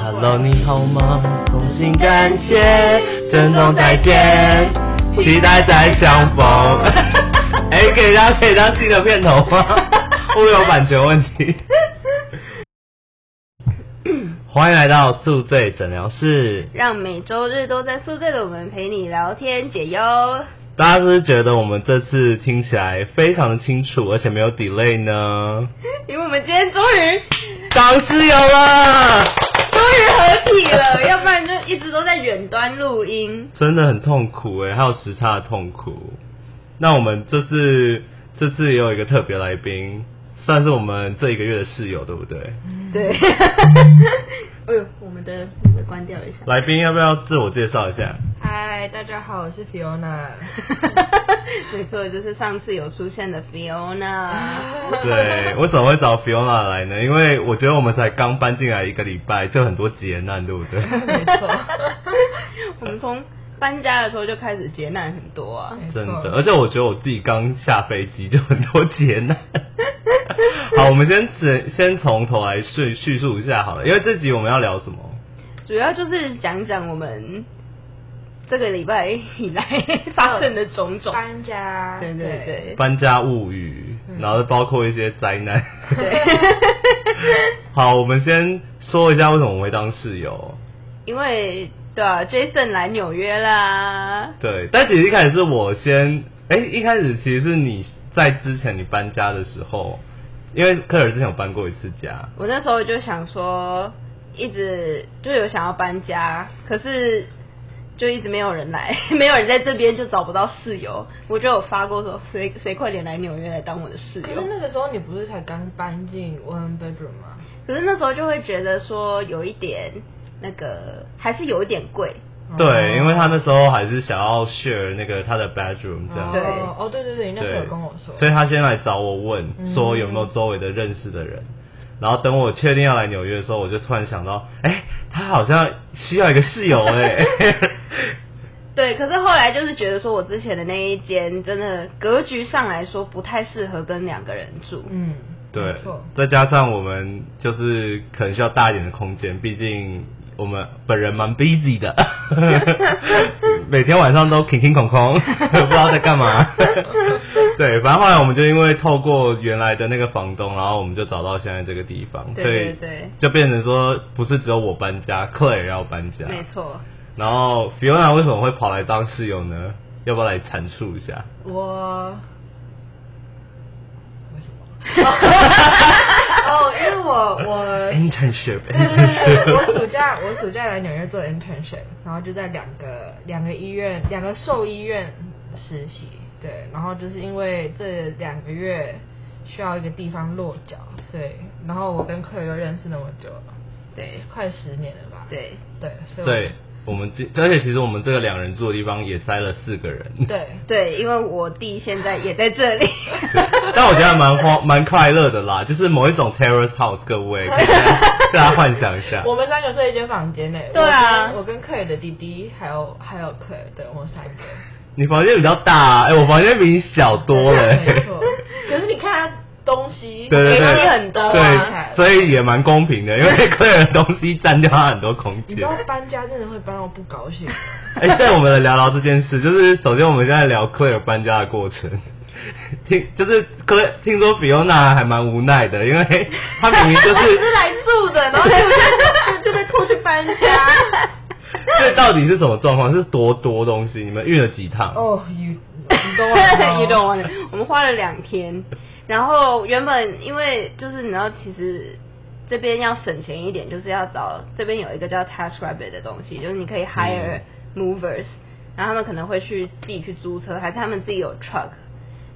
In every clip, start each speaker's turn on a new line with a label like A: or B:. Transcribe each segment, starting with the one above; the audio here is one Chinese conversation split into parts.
A: Hello，你好吗？衷心感谢，珍重再见，期待再相逢。 哎、可以当可以当新的片头吗？会不会有版权问题？欢迎来到宿醉诊疗室。
B: 让每周日都在宿醉的我们陪你聊天解忧。
A: 大家是不是觉得我们这次听起来非常的清楚，而且没有 delay 呢？
B: 因为我们今天终于
A: 掌声有了，
B: 终于合体了，要不然就一直都在远端录音。
A: 真的很痛苦哎、还有时差的痛苦。那我们这次这次也有一个特别来宾，算是我们这一个月的室友，对不对？
B: 对， 哎呦，我们的我们的关掉一下。
A: 来宾要不要自我介绍一下？
C: 嗨，大家好，我是 Fiona。
B: 没错，就是上次有出现的 Fiona。
A: 对，我怎么会找 Fiona 来呢？因为我觉得我们才刚搬进来一个礼拜，就很多劫难，对不对？
C: 没错，
B: 我们从搬家的时候就开始劫难很多啊。
C: 没错
A: 真的，而且我觉得我自己刚下飞机就很多劫难。好，我们先只先从头来叙叙述一下好了，因为这集我们要聊什么？
B: 主要就是讲讲我们这个礼拜以来发生的 种种。
C: 搬家，
B: 对对对
A: 搬家物语，
C: 嗯
A: 然后包括一些灾难。
B: 对，
A: 好，我们先说一下为什么我们会当室友。
B: 因为对啊，Jason 来纽约啦。
A: 对，但其实一开始是我先，哎、一开始其实是你在之前你搬家的时候，因为科尔之前有搬过一次家，
B: 我那时候就想说，一直就有想要搬家，可是就一直没有人来， 没有人在这边就找不到室友。我就有发过说，谁谁快点来纽约来当我的室
C: 可是
B: 友。
C: 那个时候你不是才刚搬进 one bedroom 吗？
B: 可是那时候就会觉得说，有一点那个还是有一点贵。
A: 对，因为他那时候还是想要 share 那个他的 bedroom 这样
C: 哦
A: 子。
B: 对
C: 哦，对对对，你那时候有跟我说，
A: 所以他先来找我问，
C: 嗯
A: 说有没有周围的认识的人。然后等我确定要来纽约的时候，我就突然想到，哎，他好像需要一个室友 哎、
B: 对，可是后来就是觉得说，我之前的那一间真的格局上来说不太适合跟两个人住。
C: 嗯，
A: 对
C: 没错，
A: 再加上我们就是可能需要大一点的空间，毕竟我们本人蛮 busy 的，每天晚上都空空空 空，不知道在干嘛。 对，反正后来我们就因为透过原来的那个房东，然后我们就找到现在这个地方，
B: 对
A: 所
B: 对
A: 以
B: 对
A: 就变成说不是只有我搬家，Clay 也要搬家。
B: 没错，
A: 然后 Fiona 为什么会跑来当室友呢？要不要来阐述一下？
C: 我为什么？ 哦，因为我
B: 呃
C: 我
A: internship，
C: 对 对对对，我暑假我暑假来纽约做 internship，然后就在两个两个医院两个兽医院实习，对，然后就是因为这两个月需要一个地方落脚，所以然后我跟克尔又认识那么久了，
B: 对
C: 快十年了吧？
B: 对，
C: 对，所以
A: 对，我们这而且其实我们这个两人住的地方也塞了四个人，
C: 我对
B: 对，因为我弟现在也在这里。
A: 但我觉得蛮欢蛮快乐的啦，就是某一种 terrace house，各位可以大 家大家幻想一下。
C: 我们三个睡一间房间内，
B: 对啊
C: 我跟我跟克尔的弟弟还有还有克尔，对我们三个。
A: 你房间比较大、啊，哎、我房间比你小多了、欸
C: 对没错。可是你看他东西， 哎
A: 对对
B: 给
A: 对，
B: 你很多啊
A: 对，所以也蛮公平的，因为 客人的东西占掉他很多空
C: 你知
A: 间
C: 道。搬家真的会搬到不高兴。
A: 哎、对，我们来聊聊这件事。就是首先我们现在聊 Claire 搬家的过程，听就是 Claire 听说 Fiona 还蛮无奈的，因为她明明 就是
C: 是来住的，然后结果就 就被拖去搬家。
A: 这到底是什么状况？是多多东西？你们运了几趟？
C: 哦，你 你 懂我，
B: You don't want to- 我们花了两天，然后原本因为就是你知道，其实这边要省钱一点，就是要找这边有一个叫 Task Rabbit 的东西，就是你可以 hire movers，、然后他们可能会去自己去租车，还是他们自己有 truck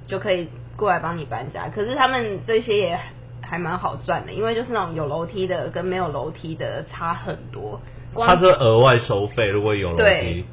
B: 就可以过来帮你搬家。可是他们这些也还蛮好赚的，因为就是那种有楼梯的跟没有楼梯的差很多。光
A: 他是额外收费，如果有楼
B: 对
A: 梯，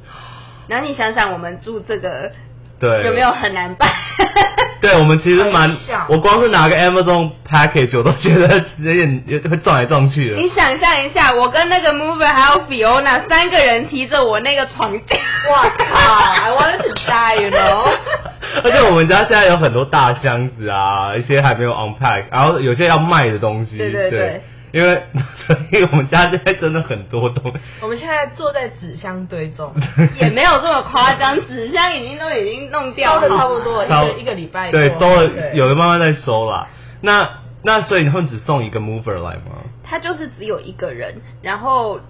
B: 然后你想想，我们住这个
A: 对，
B: 有没有？很难办？
A: 对我们其实蛮
C: 很小，
A: 我光是拿个 Amazon package 我都觉得有点有点会撞来撞去的。
B: 你想象一下，我跟那个 mover 还有 Fiona 三个人提着我那个床垫，
C: 哇靠！I wanted to die, you know？
A: 而且我们家现在有很多大箱子啊，一些还没有 unpack，然后有些要卖的东西，
B: 对对对
A: 因为 所以我们家现在真的很多东西。
C: 我们现在坐在纸箱堆中，
B: 也没有这么夸张，纸箱已经都已经弄掉
C: 烧
B: 了，
C: 的差不多，一
A: 超
C: 个一个礼拜过
A: 对，收了
C: 对
A: 有的慢慢在收啦。那那所以你会只送一个 mover 来吗？
B: 他就是只有一个人，然后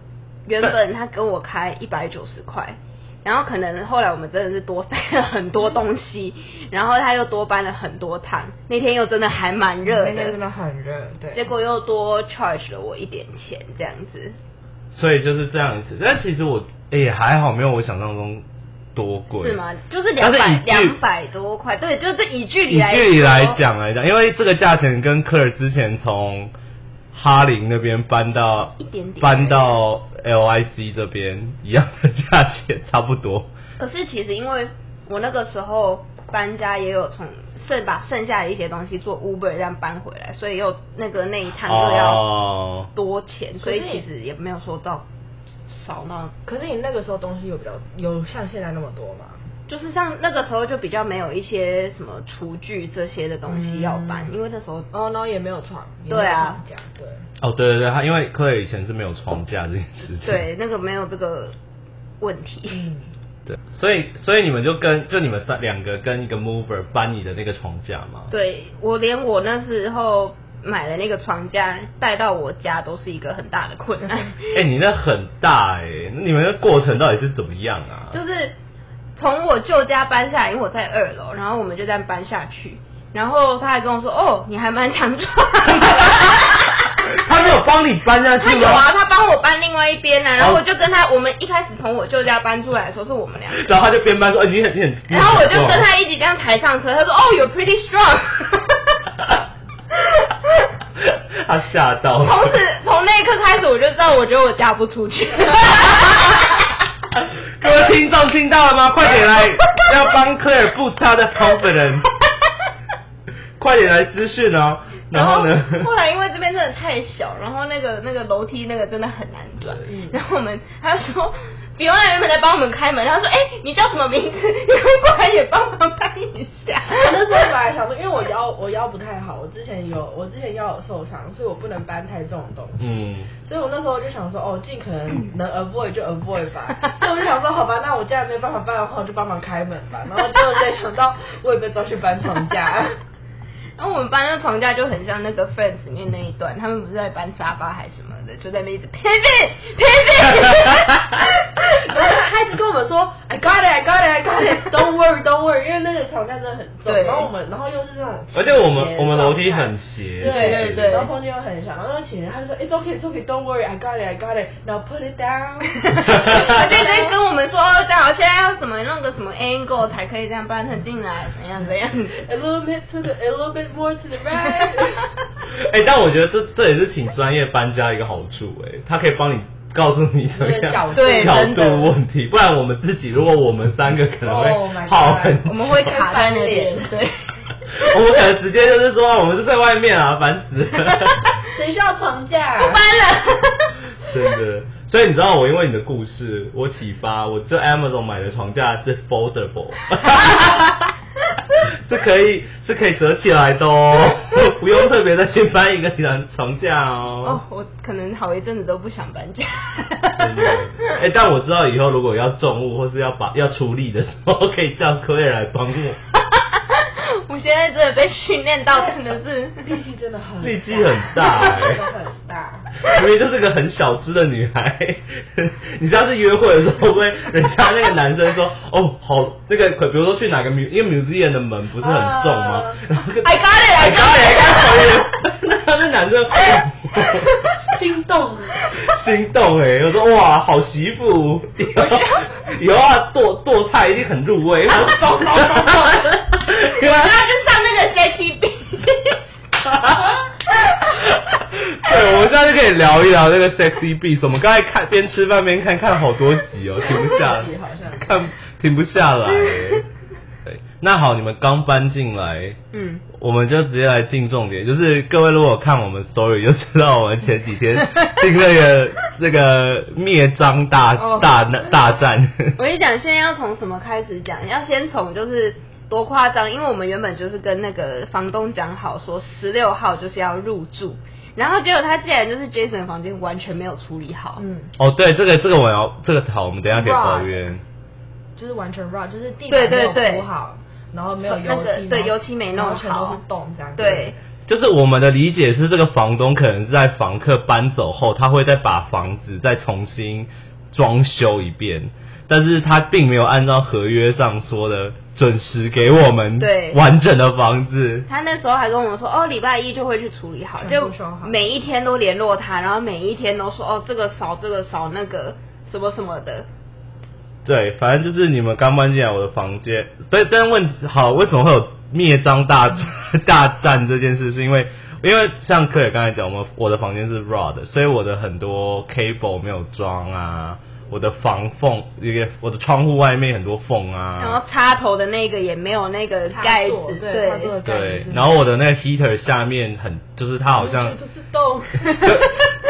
B: 原本他跟我开一百九十块，然后可能后来我们真的是多塞了很多东西，然后他又多搬了很多趟，那天又真的还蛮热
C: 那天真
B: 的，
C: 的很热，对，
B: 结果又多 charge 了我一点钱这样子。
A: 所以就是这样子。但其实我、诶也还好，没有我想象中多贵。
B: 是吗？就是
A: 但
B: 两
A: 是
B: 百
A: 以距
B: 两百多块，对，就是以距离
A: 以
B: 来
A: 距离来
B: 说，
A: 讲来讲，因为这个价钱跟科尔之前从哈林那边搬到
B: 一点点
A: 搬到 LIC 这边一样的价钱，差不多。
B: 可是其实因为我那个时候搬家也有从剩把剩下的一些东西做 Uber 这样搬回来，所以又那个那一趟又要
A: 哦，
B: 多钱，所
C: 可是
B: 以其实也没有说到少到，
C: 可是你那个时候东西有比较有像现在那么多吗？
B: 就是像那个时候就比较没有一些什么厨具这些的东西要搬，
C: 嗯
B: 因为那时候
C: 哦，然后也没有床，也
B: 对啊
C: 没有床架对。
A: 哦，对对对，他因为科尔以前是没有床架这件事情。
B: 对那个没有这个问题，
C: 嗯，
A: 对，所以所以你们就跟就你们三两个跟一个 mover 搬你的那个床架嘛。
B: 对我连我那时候。买的那个床架带到我家都是一个很大的困难，
A: 哎、你那很大哎、那你们的过程到底是怎么样啊？
B: 就是从我舅家搬下来，因为我在二楼，然后我们就这样搬下去。然后他还跟我说：“哦，你还蛮强壮。
A: 他没有帮你搬下”去
B: 他
A: 吗？
B: 有啊，他帮我搬另外一边呢、啊然后
A: 哦
B: 我就跟他，我们一开始从我舅家搬出来的时候是我们俩，
A: 然后他就边搬说：“哎、你很你很。”
B: 然后我就跟他一起这样抬上车。他说：“哦，you're pretty strong。
A: 他吓到了。
B: 从此从那一刻开始，我就知道，我觉得我嫁不出去。
A: 各位听众听到了吗？快点 来，要帮科尔布差的 confidence，快点来私讯哦。然后呢？
B: 后来因为这边真的太小，然后那个那个楼梯那个真的很难转
A: 嗯
C: 对。
B: 然后我们他说，比欧娜原本在帮我们开门，他说：“哎、你叫什么名字？ 你们过来也帮忙搬一下。
C: 我啊那时候本来想说，因为我腰我腰不太好，我之前有我之前腰有受伤，所以我不能搬太重的东西，
A: 嗯，
C: 所以我那时候就想说，哦，尽可能能 avoid 就 avoid 吧。所以我就想说，好吧，那我既然没办法搬的话，我就帮忙开门吧。然后结果没想到我也被抓去搬床架。
B: 然后我们搬那床架就很像那个 Friends 里面那一段，他们不是在搬沙发还是什么的，就在那边一直 pivot pivot。
C: 然后他一直跟我们说，I got it, I got it, I got it, don't worry, don't worry，因为那个床架真的很重，
B: 对
C: 然后我们，然后又是那种，
A: 而且我们我们楼梯很斜，
C: 对
B: 对
C: 然后空间又很小，然后那个情人他就说，It's okay, it's okay, don't worry, I got it, I got it, now put it down
B: 他就在跟我们说，哦这样现在要怎么弄个什么 angle 才可以这样搬得进来，怎样怎样。
C: a little bit to the, a little bit more to the right
A: 哎、但我觉得这这也是请专业搬家一个好处哎、他可以帮你告诉你怎么
C: 对角
A: 样
C: 度
B: 对
A: 角
B: 真的
A: 度问题，不然我们自己如果我们三个可能
C: Oh
A: 会
C: my God，
A: 耗很久，
B: 我们会卡在那边， 对。
A: 我们可能直接就是说啊我们就在外面啊，烦死了，
C: 谁需要床架？
B: 不 搬了。
A: 真的。所以你知道我因为你的故事，我启发我这 Amazon 买的床架是 foldable，是可以是可以折起来的哦， 不用特别再去搬一个床床架
B: 哦，我可能好一阵子都不想搬家。
A: 真的哎、但我知道以后如果要重物或是要把要出力的时候，可以叫科瑞来帮我，
B: 我现在真的被训练到，真的 是。
C: 力气真的很大
A: 力气很哎大欸
C: 真的很大。
A: 明明就是个很小只的女孩。 你下次约会的时候，会不会人家那个男生说，哦，好，那个比如说去哪个 mu，因为 museum 的门不是很重吗？然后那个
B: 哦 I got it, I
A: I
B: got
A: got
B: it.
A: it, I got it. 那那男生
C: 心动，
A: 心动哎、我说哇，好媳妇，以后以后啊剁剁菜一定很入 味。
C: 咚咚咚咚
A: 对
B: 然
A: 啊
B: 后就上那个 JTB。
A: 对，我们下次可以聊一聊那个 sexy beast。我们刚才看边吃饭边看，看好多集哦，停不下来
C: 好多集好像，
A: 看停不下来。对，那好，你们刚搬进来，
B: 嗯，
A: 我们就直接来进重点，就是各位如果有看我们 story 就知道，我们前几 天进那个那个灭蟑大
B: 哦
A: 大大战，
B: 我跟你讲，现在要从什么开始讲？要先从就是多夸张，因为我们原本就是跟那个房东讲好说，十六号就是要入住，然后结果他竟然就是 Jason 的房间完全没有处理好，
C: 嗯，
A: 哦，对，这个这个我要这个好，我们等一下可以抱怨。
C: 就是完全 raw，就是地
B: 对
C: 板
B: 对
C: 没有
B: 对
C: 铺好，然后哦没有油漆，
B: 那个对
C: 然后
B: 油漆没弄
C: 然后全
B: 好
C: 都是洞这样。
B: 对，
A: 就是我们的理解是，这个房东可能是在房客搬走后，他会再把房子再重新装修一遍，但是他并没有按照合约上说的准时给我们
B: 对
A: 完整的房子。
B: 他那时候还跟我们说，哦，礼拜一就会去处理好，
C: 全
B: 就
C: 部收好
B: 每一天都联络他，然后每一天都说，哦，这个少，这个少，那个什么什么的。
A: 对，反正就是你们刚搬进来我的房间，所以但问好为什么会有灭蟑大大战这件事，是因为因为像科尔刚才讲，我们我的房间是 raw 的，所以我的很多 cable 没有装啊，我的防缝一个我的窗户外面很多缝啊，
B: 然后插头的那个也没有那个
C: 插座
B: 盖子，
C: 对插座的盖
A: 对
C: 是，
A: 然后我的那个 heater 下面很就是它好像
C: 就就是洞。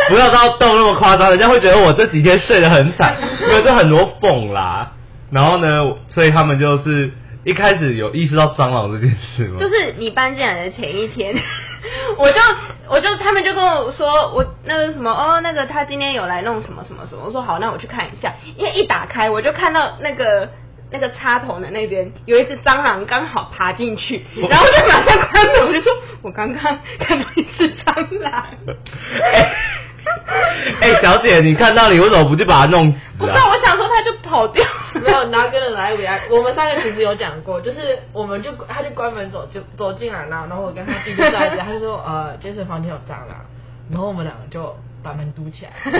A: 不要到动那么夸张，人家会觉得我这几天睡得很惨，因为这很多缝啦。然后呢，所以他们就是一开始有意识到蟑螂这件事吗？
B: 就是你搬进来的前一天， 我就我就他们就跟我说，我那个什么哦，那个他今天有来弄什么什么什么，我说好，那我去看一下。因为一打开，我就看到那个那个插头的那边有一只蟑螂刚好爬进去，然后我就马上关门，我就说我刚刚看到一只蟑螂。
A: 哎哎、小姐，你看到你为什么不去把它弄
B: 不
A: 死
B: 是
A: 啊
B: 啊，？我想说它就跑掉
C: 没有
B: 了。
C: 拿跟人来 r e 我们三个其实有 讲过，就是我们就他就关门走就走进来，然后然后我跟他弟弟在一起，他就说呃杰森房间有蟑螂，然后我们两个就把门 堵起来，
A: 不是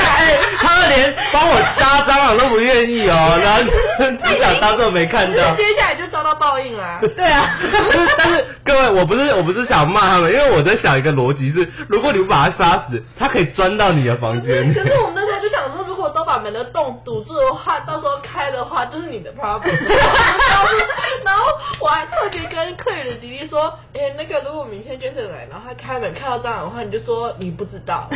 A: 哎他们连帮我杀蟑螂都不愿意哦，然后就只想当做没看
C: 就是
A: 到。
C: 接下来就遭到报应 啦。
B: 对啊，
A: 但是各位，我不是我不是想骂他们，因为我在想一个逻辑是，如果你不把他杀死，他可以钻到你的房
C: 可是
A: 间。
C: 可是我们那时候就想说，如果都把门的洞堵住的话，到时候开的话就是你的 problem。然后我还特别跟客人的弟弟说，哎、那个如果明天 Jason 来，然后他开门看到蟑螂的话，你就说你不知 道。，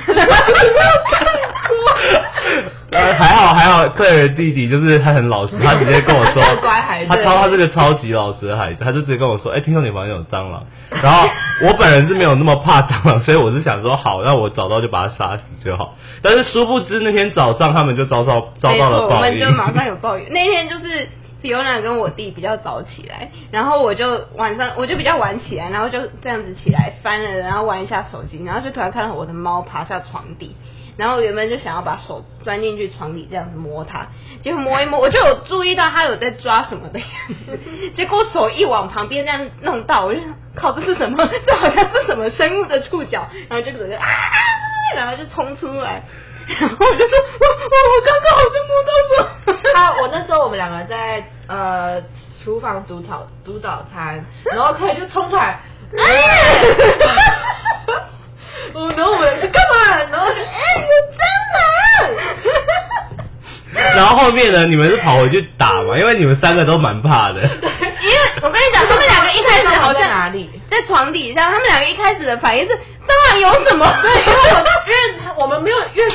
A: 呃，还好还好，克尔弟弟就是他很老实，他直接跟我说
C: 乖孩子
A: 他超他是个超级老实的孩子，他就直接跟我说，哎、听说你房间有蟑螂，然后我本人是没有那么怕蟑螂，所以我是想说，好，那我找到就把它杀死就好。但是殊不知那天早上他们就遭到遭
B: 没
A: 到
B: 错，
A: 了
B: 我
A: 报
B: 们
A: 应
B: 就，马上有抱怨。那一天就是 Fiona 跟我弟比较早起来，然后我就晚上我就比较晚起来，然后就这样子起来翻了，然后玩一下手机，然后就突然看到我的猫爬下床底。然后原本就想要把手钻进去床底这样子摸它，结果摸一摸，我就有注意到它有在抓什么的样子，结果手一往旁边这样弄到，我就想靠，这是什么？ 这好像是什么生物的触角，然后就整个啊，然后就冲出来，然后我就说，我我我刚刚好像摸到什 么，
C: 他我那时候我们两个在呃厨房煮早煮早餐，然后客人就冲出来，哎 我然后我们干嘛？然后我就哎有蟑螂。
A: 然后后面呢，你们是跑回去打嘛，因为你们三个都蛮怕 的。
B: 因为我跟你讲，他们两个一开始好像
C: 在哪里？
B: 在床底下，他们两个一开始的反应是蟑螂有什么？
C: 对，因为我们因为我们没有因为。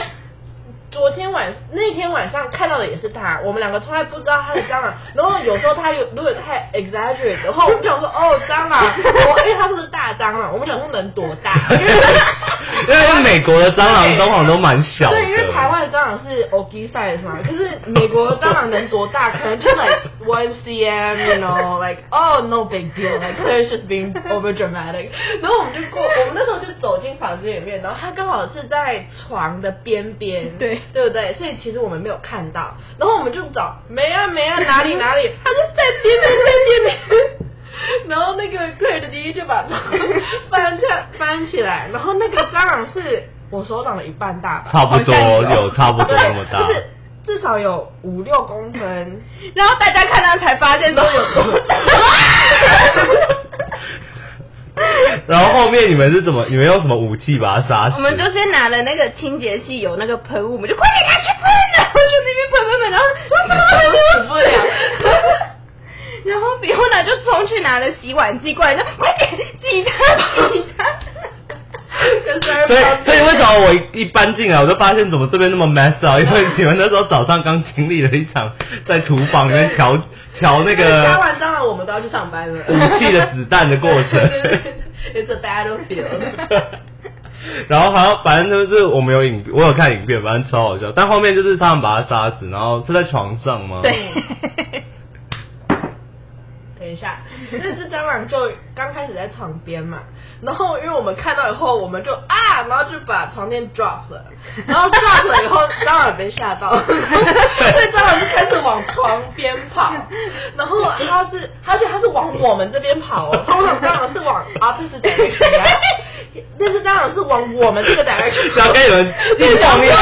C: 昨天晚那天晚上看到的也是他，我们两个从来不知道他是蟑螂。然后有时候他有如果太 exaggerate 的话，我们就想说哦蟑螂，我因为他说是大蟑螂，我们想说能多大？ 因为
A: 因为美国的蟑螂通常都蛮小的，
C: 对，因为台湾的蟑螂是 o g i size 嘛，可是美国的蟑螂能多大？可能就 like one cm，you know，like oh no big deal，like they're just being over dramatic。然后我们就过，我们那时候就走进房间里面，然后他刚好是在床的边边，
B: 对
C: 对不对？所以其实我们没有看到，然后我们就找没啊没啊 哪里哪里，他就在边边在边边。 然后那个克尔的弟弟就把它翻下翻起来，然后那个蟑螂是我手掌的一半大吧，哦
A: 差不多
C: 好像
A: 有差不多那么大
C: 对就是至少有五六公分。
B: 然后大家看到才发现都有多大。
A: 然后后面你们是怎么？你们用什么武器把它杀死？
B: 我们就先拿了那个清洁剂，有那个喷雾，我们就快点拿去喷啊，然 后就那边喷喷喷，然后我怎么还
C: 死不了
B: 然后比欧娜就冲去拿了洗碗机过来，就快点挤它挤 它。
C: 跟虽然
A: 所以所以为什么我一一搬进来，我就发现怎么这边那么 mess up？因为 你们那时候早上刚经历了一场在厨房里面调调那
C: 杀
A: 个
C: 完蟑螂我们都要去上班了。
A: 武器的子弹的过程
C: 对对对。 It's a battlefield。
A: 然后好像反正就是我们有影，我有看影片，反正超好笑。但后面就是他们把他杀死，然后是在床上吗？
B: 对，
C: 等一下，那只蟑螂就刚开始在床边嘛，然后因为我们看到以后，我们就啊，然后就把床垫 drop 了，然后 drop 了以后，蟑螂被吓到，所以蟑螂就开始往床边跑，然后它是，而且它是往我们这边跑哦，通常蟑螂是往 opposite direction，啊那只蟑螂是往我们这个 direction，
A: 然后开始有人进上面了，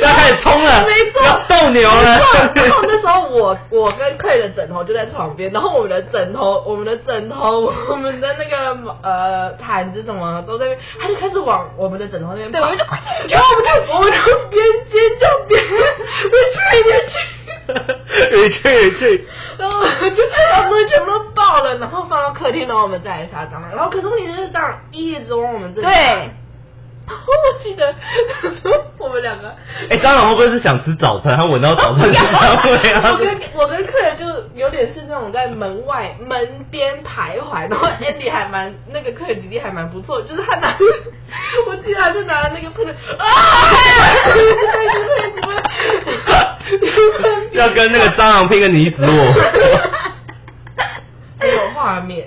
A: 然后开始冲了，
C: 没错
A: 要斗牛了
C: 没错，然后那时候我我跟 Clay 的枕头就在床边，然后我们的枕头、我们的枕头、 我们的那个呃毯子什么都在那边，他就开始往我们的枕头那边跑，
B: 对我们就快
C: 点，然后我们就我们就边尖叫边 边去边去。
A: 你去你去，
C: 然后我们就把东西全部都爆了，然后放到客厅，然后我们再来杀蟑螂。然后可是问题是，蟑螂一直往我们这里。
B: 对，
C: 然后我记得 我们两个
A: 哎，蟑螂会不会是想吃早餐？它闻到早餐的香味啊
C: 我？跟我跟客人就有点是那种在门外门边徘徊，然后 Andy 还蛮那个客人弟弟还蛮不错，就是他拿，我记得他就拿了那个喷的啊，
A: 要跟那个蟑螂拼个你死 我。
C: 没有画面，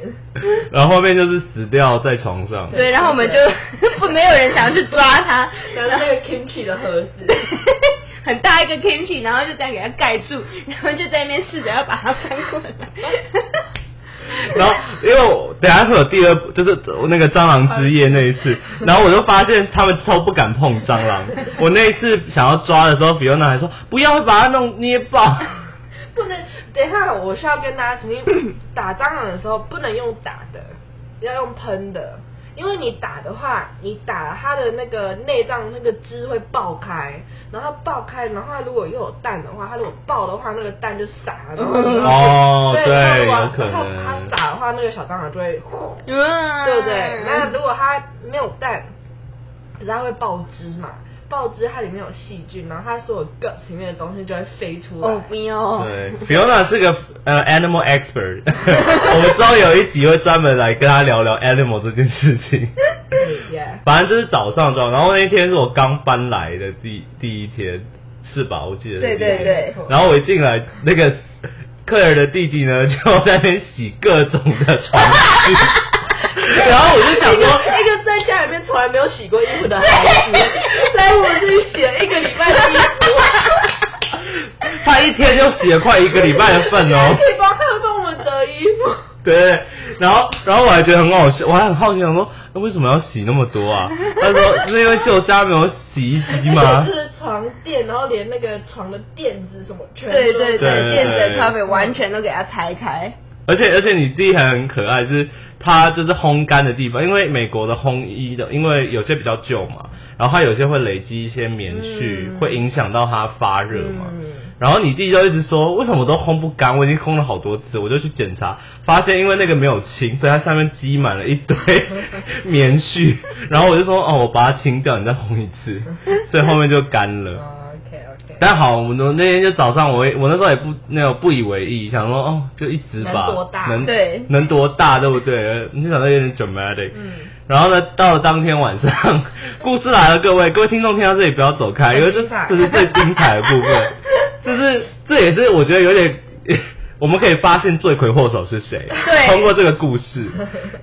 A: 然后后面就是死掉在床上。
B: 对，然后我们就 没有人想要去抓它，
C: 拿着那个 kimchi 的盒子，
B: 很大一个 kimchi，然后就这样给它盖住，然后就在那边试着要把它翻过来。
A: 然后因为我等一下会有第二，就是那个蟑螂之夜那一次，然后我就发现他们超不敢碰蟑 螂。我那一次想要抓的时候，比欧娜还说不要把它弄捏爆。
C: 不能等一下，我需要跟大家 澄清，打蟑螂的时候不能用打的，要用喷的，因为你打的话，你打了它的那个内脏那个汁会爆开，然后它爆开，然后它如果又有蛋的话，它如果爆的话，那个蛋就撒了。 然后就
A: 哦对
C: 它如果
A: 有可能
C: 然后它撒的话，那个小蟑螂就会，
B: 嗯，
C: 对不对？那如果它没有蛋，可是它会爆汁嘛？爆汁它里面有细菌，然后它所有 guts 里面的东西就会飞出来。
B: 哦不要，
A: 对，比欧娜是个呃 animal expert，我 们之后有一集会专门来跟她聊聊 animal 这件事 情。
C: Yeah
A: 反正就是早上装，然后那天是我刚搬来的第第一天，是吧？我记得是
B: 对
A: 第一天
B: 对对
A: 然后我一进来，那个克尔的弟弟呢， 就在那边洗各种的床具，然后我就想
C: 一个
A: 说，
C: 一个在家里面从来没有洗过衣服的孩子，来我们这里洗了一个礼拜的衣服，
A: 他一天就洗了快 一个礼拜的份 哦。
C: 可以帮他们帮我们折衣服。
A: 对，然后然后我还觉得很好笑，我还很好奇，想说那为什么要洗那么多啊？他说 是因为旧家没有洗衣机吗
C: 就？是床垫，然后连那个床的垫子什么全
B: 对
C: 都
B: 对
A: 对
B: 对，电子咖啡完全都给它拆开。
A: 而且而且你弟还很可爱，就是他就是烘干的地方，因为美国的烘衣的，因为有些比较旧嘛，然后它有些会累积一些棉絮，
C: 嗯
A: 会影响到它发热嘛。
C: 嗯
A: 然后你弟就一直说，为什么都烘不干？我已经烘了好多次，我就去检查，发现因为那个没有清，所以它上面积满了一堆 棉絮。然后我就说，哦，我把它清掉，你再烘一次，所以后面就干
C: 哦
A: 了。
C: OK OK，
A: 但好，我们都那天就早上我也我那时候也不那个不以为意，想说哦，就一直吧，
C: 能多大
A: 能
B: 对
A: 能多大，对不对？你就想到有点 dramatic。
C: 嗯，
A: 然后呢，到了当天晚 上，故事来了，各位各位听众听到这里不要走开，因为这
C: 很精彩
A: 这是最精彩的部 分，就是这也是我觉得有点，我们可以发现罪魁祸首是谁，啊
B: 对
A: 通过这个故 事，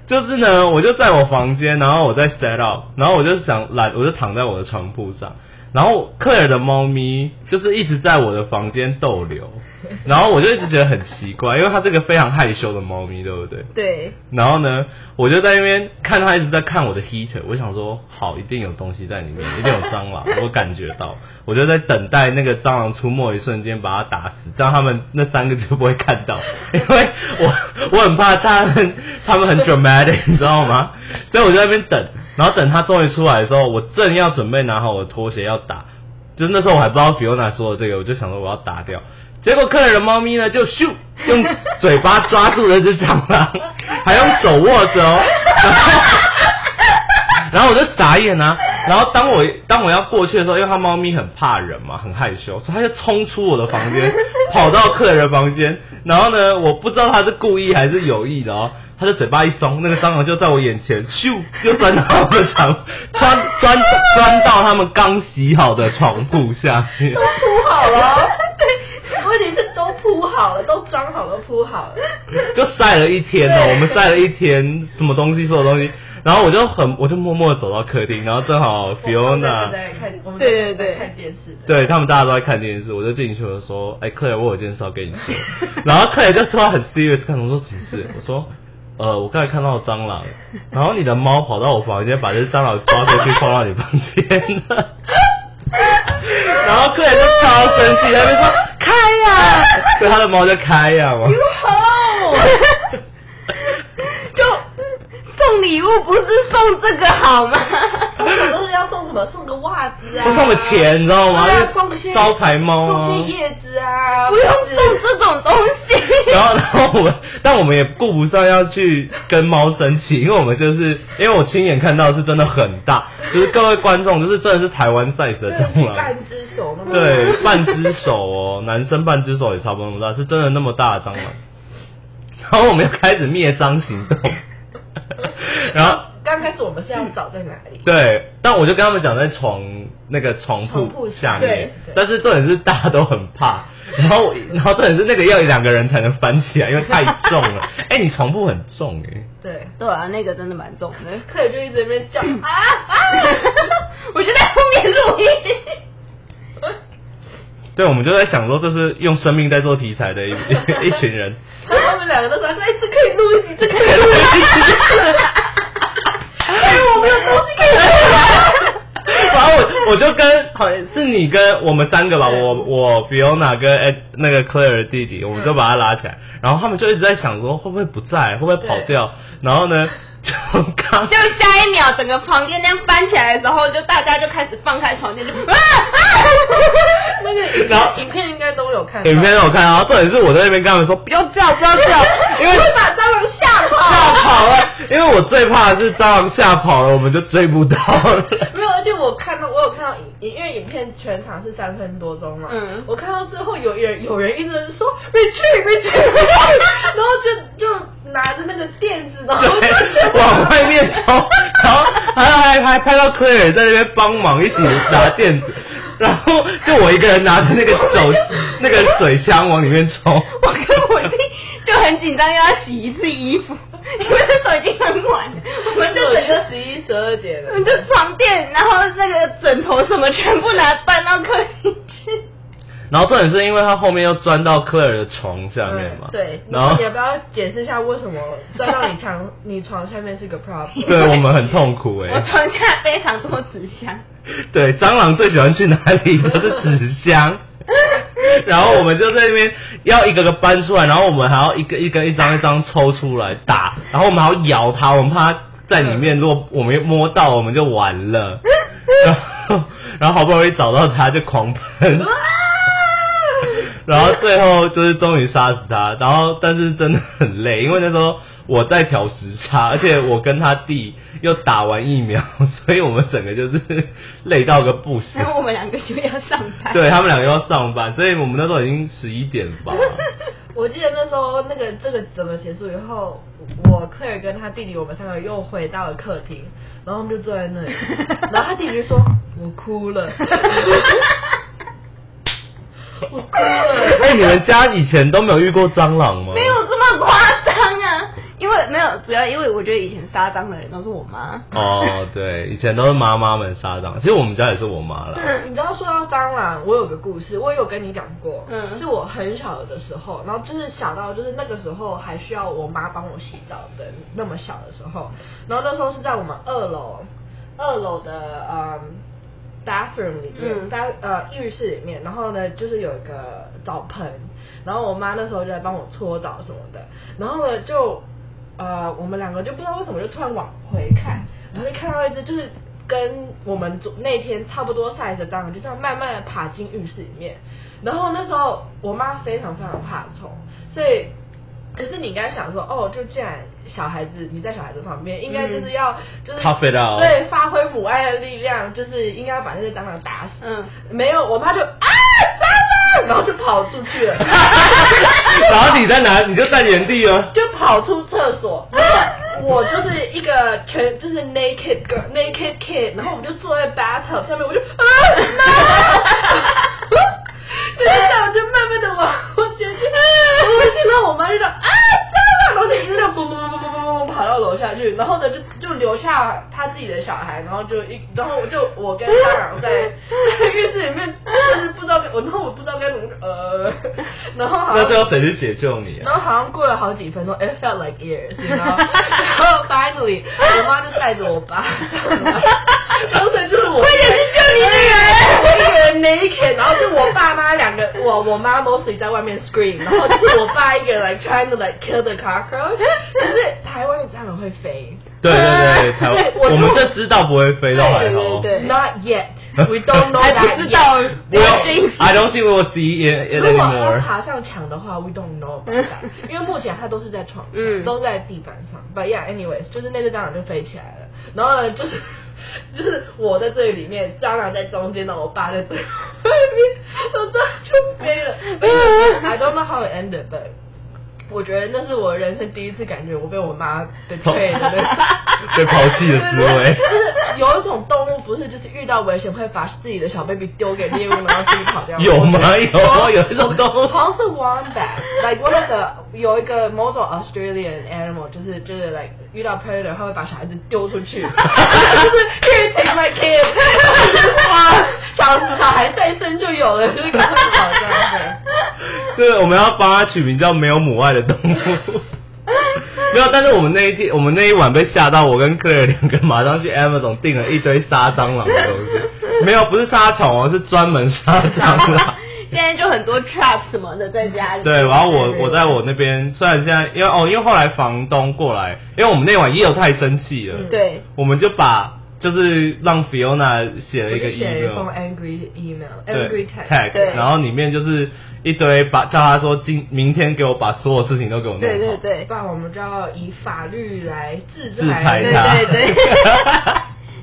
A: 就是呢，我就在我房间，然后我在 set up，然后我就想懒，我就躺在我的床铺上。然后克尔的猫咪就是一直在我的房间逗留， 然后我就一直觉得很奇怪，因为它是个非常害羞的猫咪，对不对？
B: 对，
A: 然后呢，我就在那边看他一直在看我的 heater，我想说，好，一定有东西在里面，一定有蟑螂，我感觉到，我就在等待那个蟑螂出没一瞬间把它打死，这样他们那三个就不会看到，因为我我很怕他们他们很 dramatic，你知道吗？所以我就在那边等，然后等他终于出来的时候，我正要准备拿好我的拖鞋要打，就是那时候我还不知道 Fiona 说的这个，我就想说我要打掉。结果客人的猫咪呢，就咻用嘴巴抓住了只蟑螂，还用手握着哦。 然后， 然后我就傻眼啊。然后当我当我要过去的时候，因为它猫咪很怕人嘛，很害羞，所以它就冲出我的 房间，跑到客人的房间。然后呢，我不知道它是故意还是有意的哦，他就嘴巴一松，那个蟑螂就在我眼前，咻，就钻到我的床， 钻钻钻到他们刚洗好的床铺下面
C: 都。铺好了， 对，问题是都铺好了，都装好了，铺好了，
A: 就晒了一天哦，我们晒了一天，什么东西，所有东西。然后我就很，我就默默地走到客厅，然后正好
C: 我们
A: Fiona，
C: 正在看，我们
B: 对对对
C: 在看电视的，
A: 对他们大家都在看电视，我就进去了说，哎、克 c 我有件事要跟你说。然后克 c 就突然很 serious 看我说什么事，我说，呃，我刚才看到蟑螂，然后你的猫跑到我房间，把这蟑螂抓过去放到你房间了。然后克 c 就超生气，他就说开呀、对，他的猫就开呀、 嘛。
B: 就送礼物不是送这个好吗？
C: 通常都是要送什么？送个袜子啊，
A: 哦我送个钱，你知道吗？
C: 对啊
A: 就
C: 送些
A: 招牌猫啊。
C: 送些叶子啊，
B: 不用
C: 或者
B: 送这种东 西。
A: 然后，然后我们，但我们也顾不上要去跟猫生气，因为我们就是，因为我亲眼看到是真的很大，就是各位观众，就是真的是台湾 size 的蟑
C: 对
A: 螂，
C: 半只手那么
A: 对，半只手哦，男生半只手也差不多那么大，是真的那么大的蟑螂。然后我们又开始灭蟑行动，然后
C: 刚开始我们是要找在哪里？
A: 对，但我就跟他们讲在床那个床
C: 床
A: 铺
C: 铺
A: 下
C: 下
A: 面
C: 对对，
A: 但是重点是大家都很怕，然后我然后重点是那个要有两个人才能翻起来，因为太重 了。哎、你床铺很重哎、
C: 对，
B: 对啊，那个真的蛮重的。
C: 克里就一直在那边叫
A: 嗯
B: 啊 啊！我就在后面录音。
A: 对，我们就在想说这是用生命在做题材的一 一群 人，
C: 然后他们两个都说：“哎，这可以录一集，这可以录一集。哎，我没有东西可以录啊。
A: 然后我我就跟好像是你跟我们三个吧，我我 Fiona 跟哎那个 Claire 的弟弟，我们就把他拉起来，然后他们就一直在想说会不会不在，会不会跑
C: 对
A: 掉，然后呢 就 刚
B: 就下一秒，整个房间那样翻起来的时候，就大家就开始放开床垫，就啊啊！
C: 那个 影
A: 然后
C: 片影片应该都有看到，
A: 影片让我看啊，重点是我在那边跟他们说不要叫，不要 叫，因为
C: 会把蟑螂吓跑。
A: 吓跑啊了， 因为我最怕的是蟑螂吓跑了，我们就追不到了。
C: 没有，而且我看到我有看到影，因为影片全长是三分多钟嘛，
B: 嗯
C: 我看到最后有人有人一直说 retreat retreat，retreat，然 后就就拿着那个垫子，然后就
A: 对， 往外面冲，然后还还还拍到 Claire 在那边帮忙一起拿垫 子，然后就我一个人拿着那个手那个水枪往里面 冲。
B: 我跟我弟就很紧张，又要洗一次衣服，因为那时候已经很晚了，我
C: 我
B: 们
C: 们
B: 就
C: 就
B: 整
C: 整
B: 个
C: 个。十一十二点
B: 我
C: 了，
B: 们就床垫，然后那个枕头什么全部拿搬到客厅去。
A: 然后重点是因为他后面又钻到 Claire 的床下面嘛，
C: 嗯对，对
A: 然后
C: 你要不要解释一下为什么钻到你床 你床下面是个 problem？
A: 对我们很痛苦 哎、
B: 我床下非常多纸箱，
A: 对，蟑螂最喜欢去哪里 都是纸 箱。 然后我们就在那边要一个个搬出来，然后我们还要一个一个一张一张抽出来打，然后我们还要咬它，我们怕它在里面，如果我们摸到，我们就完了。 然后然后好不容易找到它，就狂喷，然后最后就是终于杀死它，然后但是真的很累，因为那时候我在调时差，而且我跟他弟又打完疫苗， 所以我们整个就是累到个不行
B: 然。后我们两个就要上班。
A: 对他们两个要上班，所以我们那时候已经十一点吧。
C: 我记得那时候那个这个怎么结束以后，我 Claire 跟他弟弟我们三个又回到了客厅，然后我们就坐在那里，然后他弟弟就说：“我哭了，我哭 了。”
A: 哎、你们家以前都没有遇过蟑螂吗？
B: 没有这么夸张啊，因为没有，主要因为我觉得以前杀蟑的人都是我妈。
A: 哦，对，以前都是妈妈们杀蟑，其实我们家也是我妈啦。
C: 嗯你知道说到蟑螂，我有个故事，我有跟你讲过，
B: 嗯
C: 是我很小的时候，然后就是小到就是那个时候还需要我妈帮我洗澡的那么小的时候，然后那时候是在我们二楼二楼的嗯 bathroom 里面，
B: 嗯
C: 大呃浴室里面，然后呢就是有一个澡盆，然后我妈那时候就在帮我搓澡什么的，然后呢就呃我们两个就不知道为什么就突然往回看，然后就看到一只就是跟我们昨那天差不多 size 的蟑螂，就这样慢慢的爬进浴室里面，然后那时候我妈非常非常怕虫，所以。可是你应该想说，哦，就既然小孩子你在小孩子旁边，应该就是要、就是
A: Tough it out
C: 对，发挥母爱的力量，就是应该把那些蟑螂打死。
B: 嗯
C: 没有，我妈就啊，蟑然后就跑出去了，
A: 然后你在哪？你就在原地哦。
C: 就跑出厕所。我就是一个全就是 naked girl naked kid，然后我们就坐在 bathtub 上面，我就啊 no，就是 这样，我就慢慢的往我前进，我就听到啊我妈就说啊妈妈，然后就一路这样嘣嘣嘣嘣嘣嘣嘣跑到楼下去，然后呢就就留下他自己的小孩，然后就一，然后我就我跟他然后在 在浴室里面就是不知道该我，然后我不知道该怎么呃，然后好
A: 那
C: 像
A: 最后谁去解救你
C: 然
A: 啊？
C: 后好像过了好几分钟，it felt like years，你知 道？然后 finally，我妈就带着我爸，当时就是 我，
B: 快点去救你女儿
C: 我一个人 naked，然后是我爸妈两个，我我妈 mostly 在外面 scream，然后就是我爸一个人 like trying to like kill the cockroach，可是台湾的蟑螂会飞。
A: 对对对，台湾
C: 对我
A: 我们这知道不会飞到哦还好。
B: 对对对
C: Not yet, we don't know
B: 还
C: that
B: 不知道
C: yet.
A: 哎我
B: Jinx
A: I don't think we'll see it, it
C: 如果他
A: anymore。
C: 爬上墙的话，we don't know about that，因为目前他都是在床上，
B: 嗯
C: 都在地板上。But yeah, anyways，就是那只蟑螂就飞起来了，然后呢，就是 就是我在最里面，蟑螂在中间，然后我爸在最外面，然后蟑螂就飞了。But I don't know how it ended, but 我觉得那是我人生第一次感觉我被我 妈 betray 的那种。
A: 被抛弃的滋味。。
C: 就是有一种动物，不是就是遇到危险会把自己的小 baby 丢给猎物，然后自己跑掉
A: 有吗？有有一种动物。
C: 好像是 wombat，like one of the 有一个某种 Australian animal，就是就是 like 遇到 predator，他会把小孩子丢 出去，就是 here take my kid，哇，小小孩再生就有了，就是跟他们跑这样子。
A: 对，我们要帮它取名叫没有母爱的动物。没有，但是我们那一天，我们那一晚被吓到，我跟 Claire 两个马上去 Amazon 订了一堆杀蟑螂的东西。没有，不是杀虫哦，是专门杀蟑 螂。
B: 现在就很多 trap 什么的在家里。
A: 对，然后我我在我那边，虽然现在因为哦，因为后来房东过来，因为我们那晚也有太生气了，
C: 嗯
B: 对，
A: 我们就把就是让 Fiona 写
C: 我
A: 了一个
C: 就写了
A: email，
C: 一封 angry email，angry
A: 对
C: text，
B: 对
A: 然后里面就是一堆把叫他说今明天给我把所有事情都给我弄好，
B: 对对对
C: 不然我们就要以法律来制
A: 制
C: 裁
A: 裁
C: 那
A: 他，
B: 对 对对，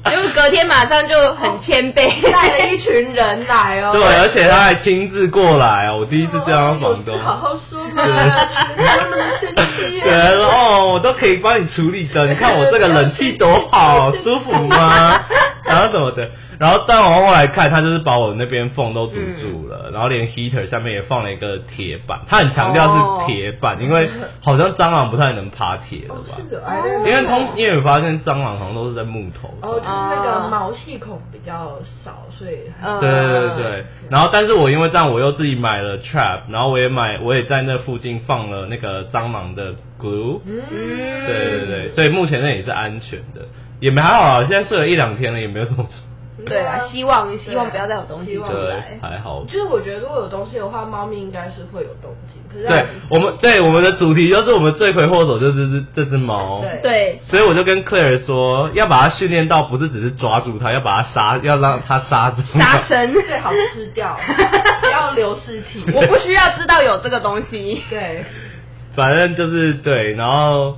B: 结果隔天马上就很谦卑，
C: 带了一群人来哦。
A: 对，而且他还亲自过来，我第一次见到房东
C: 有事，哦好好说嘛，
A: 对
C: 不要那么生气啊。
A: 对，然后哦我都可以帮你处理的，你看我这个冷气多好，舒服吗？然后什么的，然后但我后来看，他就是把我那边缝都堵住了，然后连 heater 下面也放了一个铁板，他很强调是铁板，因为好像蟑螂不太能爬铁了
C: 哦
A: 吧？
C: 是的，哎对
A: 因为通，因为我发现蟑螂好像都是在木头上。
C: 哦，就是那个
B: 啊
C: 毛细孔比较少，所以很
B: 嗯
A: 对对对对，然后但是我因为这样，我又自己买了 trap，然后我也买，我也在那附近放了那个蟑螂的 glue，
C: 嗯，
A: 对对对，所以目前那也是安全的，也没还好啊，现在睡了一两天了，也没有什么事，
B: 对啊，希望希望不要再有东西
C: 希
B: 出
C: 望
A: 对
B: 来，。
A: 还好。
C: 就是我觉得如果有东西的话，猫咪应该是会有动静，可是它
A: 对我们对我们的主题就是我们罪魁祸首就是这这只猫，
C: 对
B: 对，
A: 所以我就跟 Claire 说，要把它训练到不是只是抓住它，要把它杀，要让它杀蟑螂
B: 杀生，
C: 最好吃掉， 不要留尸体。
B: 我不需要知道有这个东西。
C: 对，
A: 反正就是对，然后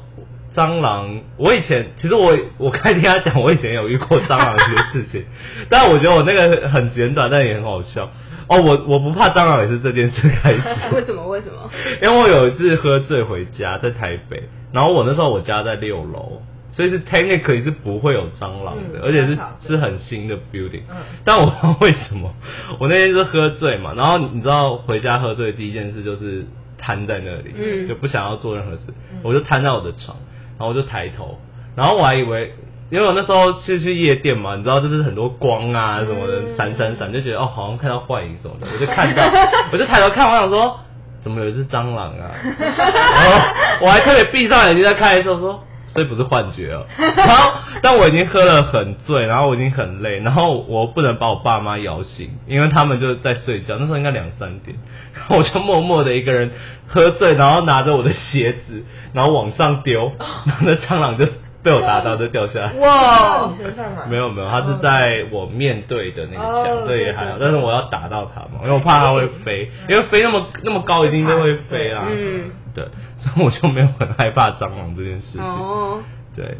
A: 蟑螂，我以前其实我我刚才听他讲，我以前有遇过蟑螂这些事情，但我觉得我那个很简短，但也很好笑。哦，我我不怕蟑螂也是这件事开始，
B: 为什么？为什么？
A: 因为我有一次喝醉回家，在台北，然后我那时候我家在六楼，所以是 technically 是不会有蟑螂的，
C: 嗯
A: 而且是
C: 还好
A: 是很新的 building。
C: 嗯
A: 但我不知道为什么， 我那天是喝醉嘛，然后你知道回家喝醉第一件事就是瘫在那里，
B: 嗯
A: 就不想要做任何事，
C: 嗯
A: 我就瘫在我的床，然后我就抬头，然后我还以为。因为我那时候是去夜店嘛，你知道，就是很多光啊什么的，
C: 嗯
A: 闪闪闪，就觉得哦，好像看到幻影什么的，我就看 到，我就抬头看，我想说，怎么有一只蟑螂啊？然后我还特别闭上眼睛在看的时候说，所以不是幻觉哦。然后，但我已经喝了很醉，然后我已经很累，然后我不能把我爸妈摇醒，因为他们就在睡觉，那时候应该两三点。然后我就默默的一个人喝醉，然后拿着我的鞋子，然后往上丢，然后那蟑螂就被我打到就掉下来。
C: 到
B: 哇
C: 你，身上吗？啊
A: 没有没有，它是在我面对的那个
C: 嗯哦
A: 墙，这也还
C: 对对嗯
A: 好
C: 对。
A: 但是我要打到它嘛，因为我怕它会飞，因为飞那么那么高，一定都会飞啦。
B: 嗯，
A: 对， 所以我就没有很害怕蟑螂这件事情。
B: 哦，
A: 对，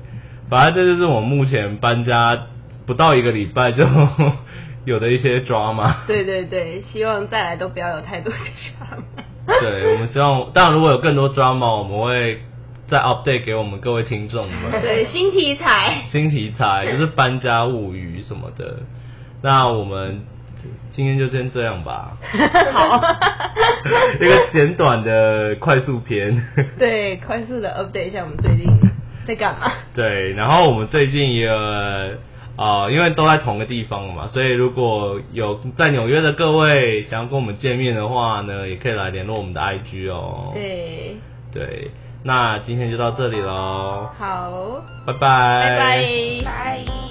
A: 反正这就是我目前搬家不到一个礼拜就 有的一些 drama。
B: 对对对，希望再来都不要有太多的 drama。
A: 对，我们希望，当然如果有更多 drama，我们会再 update 给我们各位听众 们。
B: 对新题材，
A: 新题材就是搬家物语什么的。那我们今天就先这样吧，
B: 好，
A: 一个简短的快速篇。
B: 对，快速的 update 一下我们最近在干嘛。
A: 对，然后我们最近也啊、呃因为都在同个地方嘛，所以如果有在纽约的各位想要跟我们见面的话呢，也可以来联络我们的 IG 哦。
B: 对，
A: 对，那今天就到这里喽，
B: 好，
A: 拜拜，
B: 拜拜。拜。